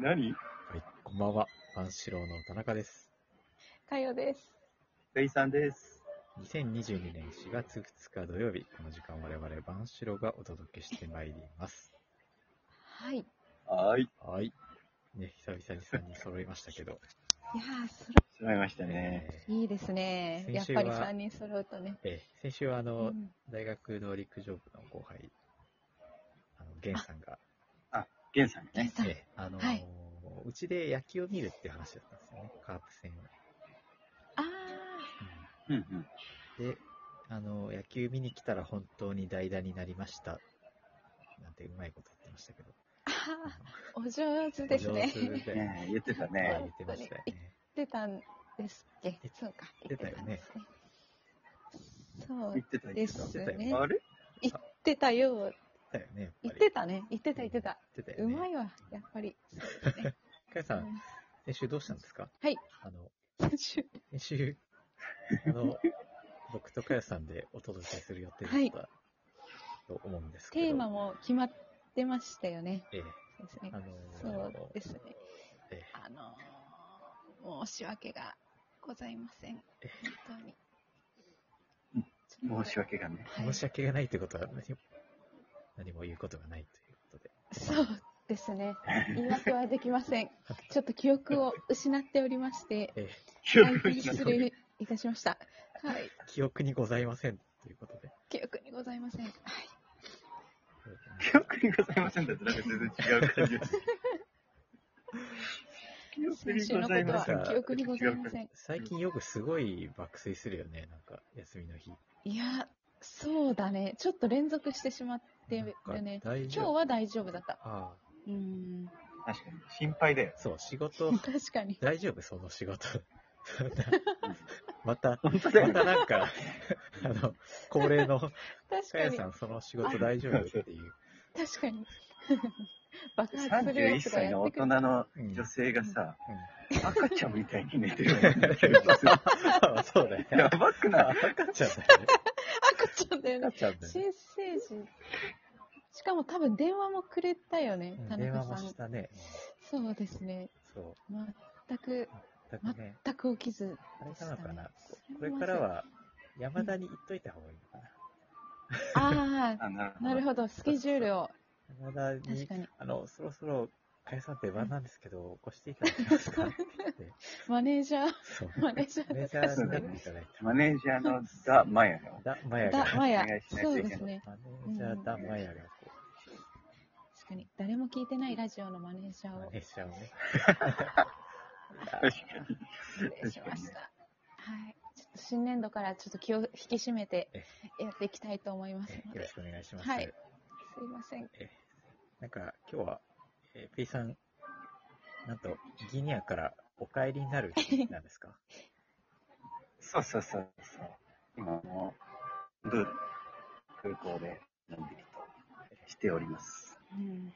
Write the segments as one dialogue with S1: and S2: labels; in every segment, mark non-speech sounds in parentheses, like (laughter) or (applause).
S1: 何
S2: はい、こんばんは。万志郎の田中です。
S3: かよです。
S1: ペイさんです。
S2: 2022年4月2日土曜日、この時間我々万志郎がお届けしてまいります。
S3: はい。い
S1: はーい。
S2: はい。ね、久々に3人揃いましたけど。
S3: やー、そ
S1: しまいましたね。
S2: え
S3: れいいですね。や
S2: 先週
S3: っぱ
S2: は
S3: り3人揃うとね。
S2: ーえー先週はあ
S3: う
S2: の、
S3: ん、
S2: 大学の陸上部の後輩、あの、ゲンさんが、
S1: ゲンさん
S3: ゲン
S1: ね。
S3: さん、
S2: えーあのー
S3: はいう
S2: ちで野球を見るって話だったんですよね。カープ戦を。
S3: あ
S2: うん
S1: うんうん。
S2: で、あの、野球見に来たら本当に代打になりました。なんてうまいこと言ってましたけど。
S3: ーあー、お上手ですね。
S2: 上手で
S1: ねえ言ってた
S2: はい
S1: ね。
S2: 言ってましたよね。
S3: 出たんですっけそうか。
S2: 出たよね
S3: 出たんですね。そう
S1: 言。ってた、言
S3: で
S1: ってた。
S3: す
S2: 出た
S3: ね
S2: よ。
S1: あれ
S3: 出たよ。
S2: だよね。
S3: 言ってたね。言ってた言ってた。
S2: 言ってた
S3: う
S2: よね。
S3: まいわ、やっぱり。そうですね
S2: か (laughs) やさん、先週どうしたんですか
S3: はい。
S2: あの、
S3: 先週、
S2: 先
S3: (laughs)
S2: 週、あの、僕とかやさんでお届けする予定だったと思うんですけど。
S3: テーマも決まってましたよね。
S2: ええ
S3: そうですね
S2: あ。の
S3: そうですね。
S2: ええ
S3: あのー申し訳がございません。本
S2: え
S3: 当に。
S1: 申し訳がね。
S3: はい
S2: 申し訳がないということは何も、何も言うことがないということで。
S3: そうですね。言い訳はできません。ちょっと記憶を失っておりまして、
S2: ええ
S1: 記
S3: 大
S1: 憶
S3: 変
S1: しな
S3: 失
S1: くて。
S3: 礼いたしました。はい。
S2: 記憶にございませんということで。
S3: 記憶にございません。はい。
S1: 記憶にござい
S3: (laughs)
S1: ませんだって、なんか全然違う感じがする。記憶
S3: 先
S1: に
S3: 週
S1: ご
S3: のこ
S1: ざい
S3: と
S1: ません。
S3: は記憶にございません。
S2: 最近よくすごい爆睡するよね、なんか休みの日。
S3: いや、そうだね。ちょっと連続してしまって
S2: なん
S3: る
S2: か
S3: ね。
S2: 大
S3: 今
S2: 丈
S3: 日
S2: 夫。
S3: は大丈夫だった。
S2: あ
S3: うーん。
S1: 確かに。心配だよ
S2: あ、。そう、仕 (laughs) 事、
S3: 確かに。
S2: 大丈夫、その仕 (laughs) 事。そんなまた、
S1: 本当
S2: ま
S1: だよ。
S2: たなんか、あの、恒例の、
S3: 確
S2: か
S3: か
S2: や
S3: に
S2: さ。ん、その仕事大丈夫っていう。
S3: 確かに。 (laughs) 爆発するや
S1: 31
S3: つが
S1: 歳
S3: や
S1: の
S3: っ
S1: 大
S3: てく
S1: 人
S3: る。
S1: の女性がさ、赤ちゃんみたいに寝てるのに
S3: (laughs)
S2: うん、そうだよね。
S1: やばくない
S2: 赤ちゃんだよね。
S3: 赤ちゃんだよね
S2: 赤。ちゃんだよね。
S3: 新生児。しかも多分電話もくれたよね
S2: う、ん
S3: 田
S2: 電話
S3: 中
S2: も
S3: さ
S2: し
S3: ん。
S2: たね。
S3: そうですね。
S2: そう。
S3: 全く、
S2: だってね、
S3: 全く起きず。
S2: あれなのかな。こ
S3: すいません
S2: これからは、山田に言っといた方がいいのかな。
S3: あ
S1: あ、なる
S3: あ、なる
S1: ほど。
S3: ほど、スケジュールを。
S2: 山田に
S3: 確かに。
S2: あの、そろそろ、かやさん出番なんですけど、起こしていただけますかって言って、
S3: マネージャー、
S2: そう。 (laughs)
S3: マネージャ
S2: メジャーになっていただい
S1: マネージャーのザ・マヤの。
S2: た。だ、マヤ
S3: ー。
S2: が。
S3: だ、まや
S1: お願い。しないと
S3: そう
S1: いけない
S3: ですね。
S2: マネージャーだ、マヤが、こ
S3: 確かに。誰も聞いてないラジオのマネージャー
S2: う、マ
S3: を
S2: ネージャーをね。
S3: 失礼しました。はい。ちょっと新年度からちょっと気を引き締めて
S2: え
S3: やっていきたいと思います
S2: え
S3: の
S2: よろ
S3: で
S2: し。くお願いします。
S3: はいすいません。
S2: えなんか、今日は、えー、ペイさん、なんと、ギニアからお帰りになるなんですか
S1: そうそうそうそう。今も、ブー、空港で、のんびりとしております。
S3: うん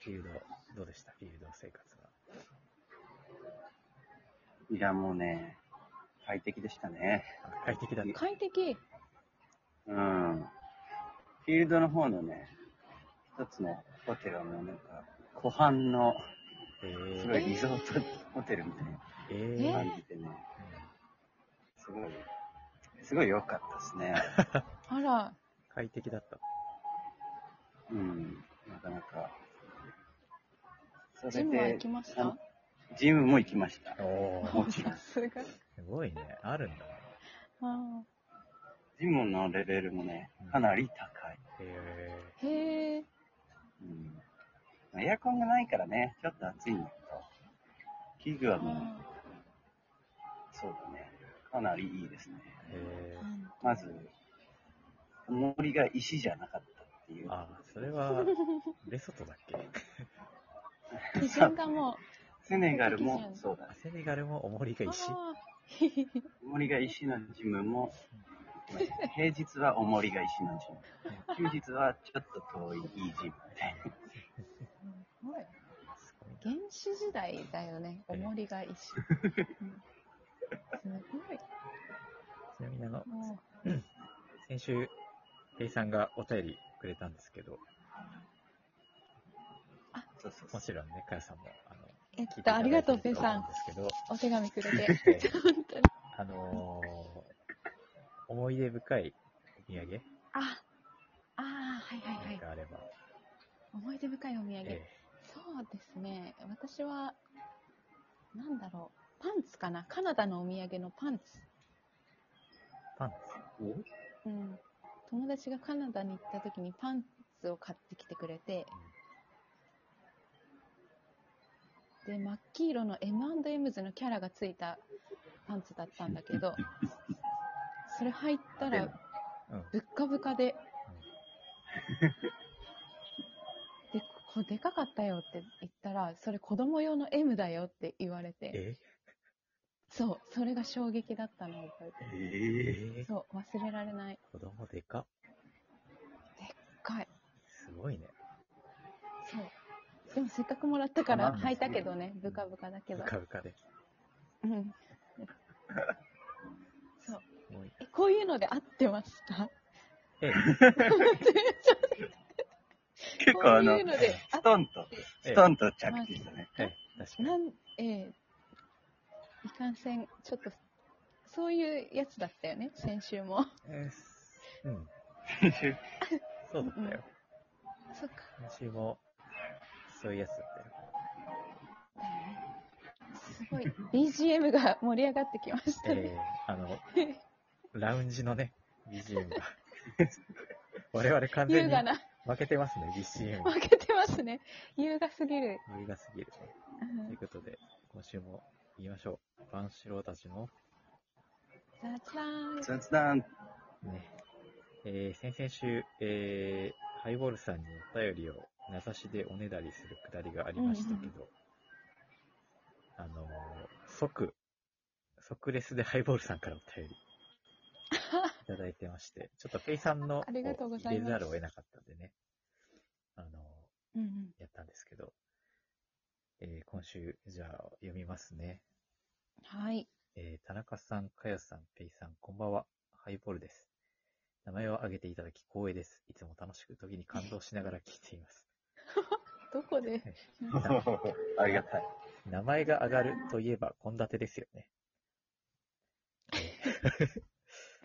S2: フィールド、どうでしたフィールド生活は。
S1: いや、もうね、快適でしたね。
S2: あ快適だった。
S3: 快適。
S1: うん。フィールドの方のね、一つのホテルはもうなんか、湖畔の、
S2: えー
S1: すごいリゾー
S3: え
S1: トホテルみたい
S2: え
S1: な
S2: ー
S3: え
S1: 感じでね、すごい、すごい良かったですね。
S3: あら、
S2: 快適だった。
S1: うん。なかなか。そ
S3: ジ
S1: れ
S3: ムは行
S1: で
S3: き、まし
S1: あ
S3: た
S1: のジムも行きました。
S2: お
S1: も
S2: ー、
S1: ちろん
S3: (laughs) さすが。
S2: すごいね。あるんだね。
S3: あ
S1: ジムのレベルもね
S2: うん、
S1: かなり高い。
S2: え
S3: ーへえ。
S1: うん。エアコンがないからね、ちょっと暑いんだけど、器具はもう、そうだね、かなりいいですね。
S2: ー、え
S1: まず、森が石じゃなかったっていう
S2: ー、。あー、それは、レソトだっけ
S3: 基準がも
S1: セネガル
S3: 石じゃ
S1: も
S3: ん、
S1: そうだ
S2: あ
S1: ね。
S2: セネガルもおもりが
S3: う。
S2: 石
S3: あ
S1: 森が石のジムも、平日はお森が石のジム。休日はちょっと遠い、いいジムみたいな。
S3: ーすごい原始時代だよね。おもりが石。うんす (laughs) ごい。
S2: ちなみにあの、
S3: も
S2: 先週、ペイさんがお便りくれたんですけど、
S1: そうそうそ
S2: も
S1: う。
S2: ちろんね、かやさんも、あの、
S3: えっ
S2: 聞いてい
S3: と、
S2: ただ
S3: あ
S2: い
S3: り
S2: て
S3: がとう、
S2: ると
S3: ペイさ
S2: 思うん
S3: ん。
S2: ですけど、
S3: お手紙くれて。
S2: えー
S3: 本当に。
S2: あのー思い出深いお土産
S3: あ、ああ、はいはいは
S2: なん
S3: い。
S2: かあれば、
S3: 思い出深いお土産。
S2: え
S3: そうですね。私は、なんだろう。パンツかなカナダのお土産のパンツ。
S2: ーパンツ。
S1: お
S3: うん。友達がカナダに行った時にパンツを買ってきてくれて、で、真っ黄色の M&M's のキャラがついたパンツだったんだけ
S2: (laughs)
S3: ど、それ入った
S1: で
S3: ら
S1: も、
S2: うん。
S3: ぶっかぶかで、で、これでかかったよって言ったら、それ子供用の M だよって言われて、
S2: え
S3: そう、それが衝撃だったのを覚えて
S2: ー、
S1: ええ
S2: え
S3: る。
S2: ー、
S3: そう、忘れられない。
S2: 子供でかっ
S3: かい。
S2: すごいね。
S3: そう。でもせっかくもらったから
S2: まあ
S3: 履いたけどね、ぶかぶかだけ
S2: う
S3: ど。
S2: かうかで。
S3: うん。そう。
S2: もういい
S3: え、こういうので合ってました
S2: ええ
S1: 結
S3: こ
S1: 構あ
S3: う
S1: の
S3: いう、ので合
S1: ス
S3: っ
S1: ト
S3: て
S1: ンと、 (laughs) ストンと着地したね。
S2: はい、確かに。
S3: なん、ええいかんせん、ちょっと、そういうやつだったよね、先週も。
S2: えー
S1: (laughs)
S2: うん、そうだったよ。
S3: そっか。
S2: 今週も、そういうやつだったよ。
S3: だよね。すごい、BGM が盛り上がってきましたね。
S2: えー、あの、ラウンジのね、BGM
S3: (laughs)
S2: が。我々完全
S3: 優
S2: に
S3: 雅な、
S2: 負けてますね、BGM。
S3: 負けてますね。優雅すぎる。
S2: 無理がすぎる。
S3: うん
S2: ということで、今週も言いましょう。万四郎たちの、
S3: じゃじゃーん。
S1: ツンツダン (laughs)
S2: ね、えー、先々週、えー、ハイボールさんにお便りを名指しでおねだりするくだりがありましたけど、あのー、即、即レスでハイボールさんからお便
S3: (laughs)
S2: りいただいてまして、ちょっとペイさんのを
S3: ありがとうござ
S2: 入
S3: い
S2: れ
S3: ます
S2: ざるを得なかったんでね、あのー、
S3: うんうん。
S2: やったんですけど、えー、今週、じゃあ読みますね。
S3: はい。
S2: えー田中さん、かやさん、ペイさん、こんばんは。ハイボールです。名前を挙げていただき光栄です。いつも楽しく、時に感動しながら聞いています。
S3: どこで
S2: んだ
S1: ありがたい。
S2: 名前が上がるといえば、献立ですよね。えー (laughs)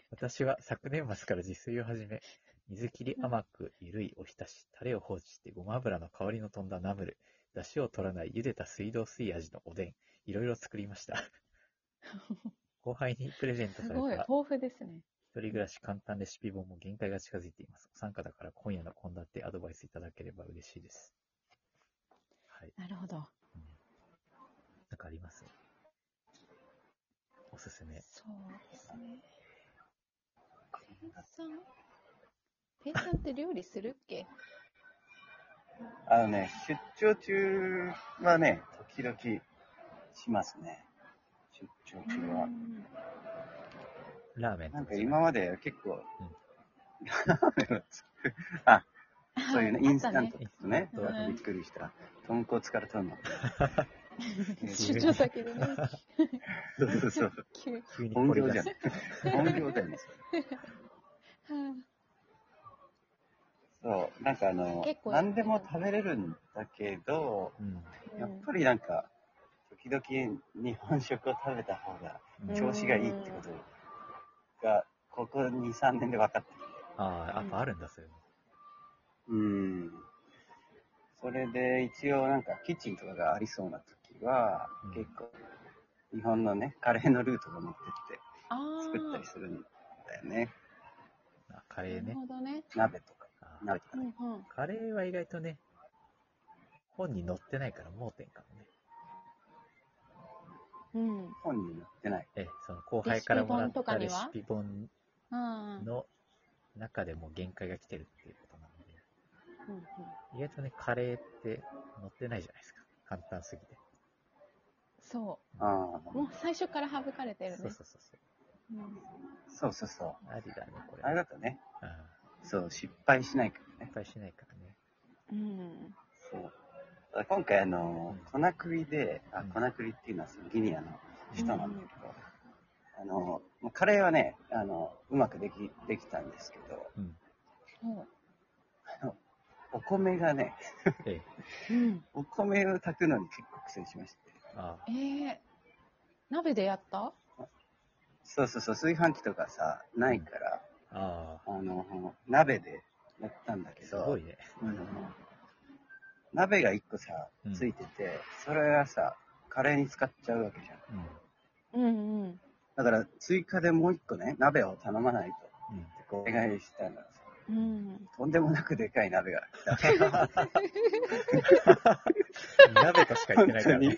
S2: 私は昨年末から自炊を始め、水切り甘く、ゆるいおひたし、タレを放置して、ごま油の香りの飛んだナムル、出汁を取らない茹でた水道水味のおでん、いろいろ作りました。後輩にプレゼント
S3: す
S2: さ
S3: ごい、
S2: れた
S3: 豊富ですね。
S2: 一人暮らし簡単レシピ本も限界が近づいています。お三方から今夜の献立アドバイスいただければ嬉しいです。はい。
S3: なるほど。
S2: うんなんかありますおすすめ。
S3: そうですね。ペイさんペイさんって料理するっけ
S1: あのね、出張中はね、時々しますね。出張中は。
S2: ラーメンと
S1: なん
S2: か
S1: か
S2: じゃい
S1: 今まで結 (laughs) 構
S2: うん、
S1: そういうね、インスタント
S3: あっ
S1: ですね。
S3: インスタントね
S1: びっくりした。豚骨から取るの。
S3: たね出張先でね、
S1: (laughs) そうそうそう。
S3: 急に。
S2: 急に
S1: 本
S2: これ
S1: 業じ
S2: 出
S1: ゃ
S2: す
S1: ない。本業だよね。
S3: うん
S1: そう。なんかあの
S3: 結、構
S1: 何でも食べれるんだけど、
S2: うん。
S1: やっぱりなんか、時々日本食を食べた方が
S2: うん
S1: 調子がいいってことが、ここ2、3年で分かった。
S2: ああ、やっぱあるんだ、そういうの。
S1: うん。それで一応なんかキッチンとかがありそうな時は、
S2: うん
S1: 結構日本のね、カレーのルーとか持ってって
S3: あ
S1: 作ったりするんだよね。
S2: あカ
S3: あ、
S2: レー
S3: な
S2: ね
S3: る。ほどね。
S1: 鍋とか。
S2: あー
S1: 鍋とか
S3: うん
S1: ね。
S3: うん。
S2: カレーは意外とね、本に載ってないから盲点かもね。
S3: うん。
S1: 本に載ってない。
S2: ええ、その後輩からもらったレシピ本
S3: ああ。
S2: の中でもう限界が来てるっていうことなので。
S3: うんうん
S2: 意外とね、カレーって乗ってないじゃないですか。簡単すぎて。
S3: そ
S1: あ
S3: う。もう
S1: あ。
S3: 最初から省かれてる
S2: そう
S3: ね。
S2: そうそうそう。
S3: うん
S1: そうそうそう。
S2: ありだね、これ。
S1: あれだとね、
S2: うん。
S1: そう、失敗しないからね
S2: 失。敗しないからね。
S3: うん。
S1: そう。今回あの、粉栗で、あ、
S2: うん
S1: 粉栗っていうのはそのギニアの人
S2: うん
S1: なんだけど、あの、もうカレーはね、あの、うまくでき、できたんですけど、
S2: うん。
S3: そう。
S1: おお米がね、
S2: ええ。
S3: うん。
S1: お米を炊くのに結構苦戦しました。
S2: あ
S3: えー、鍋でやった
S1: そうそうそう、炊飯器とかさ、ないから、
S2: あ。あ
S1: あの、鍋でやったんだ
S2: あ。
S1: け
S2: す
S1: ど、
S2: ごいね。
S1: あの鍋が一個さ
S2: うん、
S1: ついてて、それがさ、カレーに使っちゃうわけじゃん。
S2: うん。
S3: うんうん。
S1: だから、追加でもう一個ね、鍋を頼まないと、
S2: うん。
S1: ってこうお願いしたらさ、
S3: うん。
S1: とんでもなくでかい鍋が来た。 (laughs)
S2: 鍋としか言ってないからね。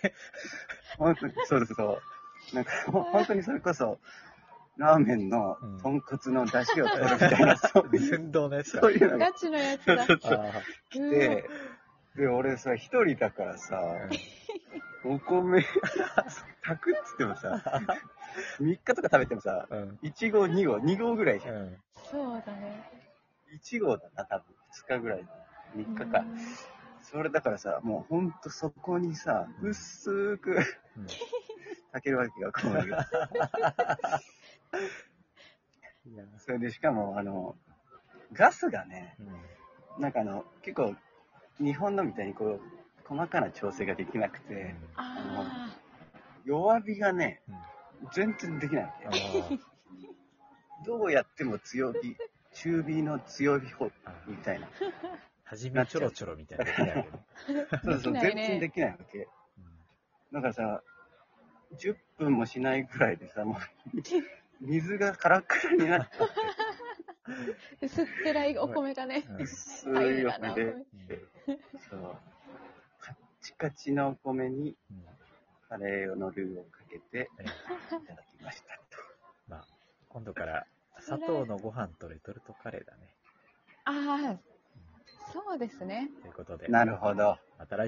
S1: 本当に、そうそうそう。なんか、もう本当にそれこそ、ラーメンの
S2: うん
S1: 豚骨の出汁を取るみた
S2: (laughs)
S1: いな、そういう、
S2: 寸胴のやつだ
S1: そういうのが
S3: ガチのやつ
S1: (laughs)
S3: だ。
S2: あ
S3: う
S1: 来
S3: ん
S1: て、で、俺さ、一人だからさ、
S2: あ。うん
S1: お米、炊くっつってもさ、3日とか食べてもさ、
S2: うん。
S1: 1号、2号、2号ぐらいじ
S2: う
S1: ゃん。
S2: ん。
S3: そうだね。
S1: 1号だな、多分。2日ぐらい。3日か。それだからさ、もうほんとそこにさ、
S2: うん
S1: 薄く
S2: うん、
S1: 炊けるわけがこ
S3: (laughs)
S1: う。
S2: いや、
S1: それで、しかも、あの、ガスがね、
S2: うん。
S1: なんかあの、結構、日本のみたいにこう、細かな調整ができなくて、
S3: あ
S1: 弱火がね、全然できないわ
S2: あ
S1: け。どうやっても強火、中火の強火方
S2: あ。
S1: みたいな。
S2: はじめちょろちょろみたいなできないよね。
S1: そうそう、
S3: できないね
S1: 全然できないわけ。だからさ、10分もしないくらいでさ、もう、
S3: (laughs)
S1: 水がカラッカラになって、
S3: あ。薄っぺらいお米がね。
S2: うん
S1: 薄
S3: 大
S1: い
S3: 変
S1: お
S3: だ
S1: 米
S3: なお
S1: で、
S3: 米
S1: そう、カッチカチのお米に
S2: うん
S1: カレーのルーをかけて
S2: ええ、
S1: いただきました。
S2: まあ、今度から、砂糖のご飯とレトルトカレーだね。
S3: ああ。そうですね。
S2: ということで、
S1: なるほど。
S2: また来週。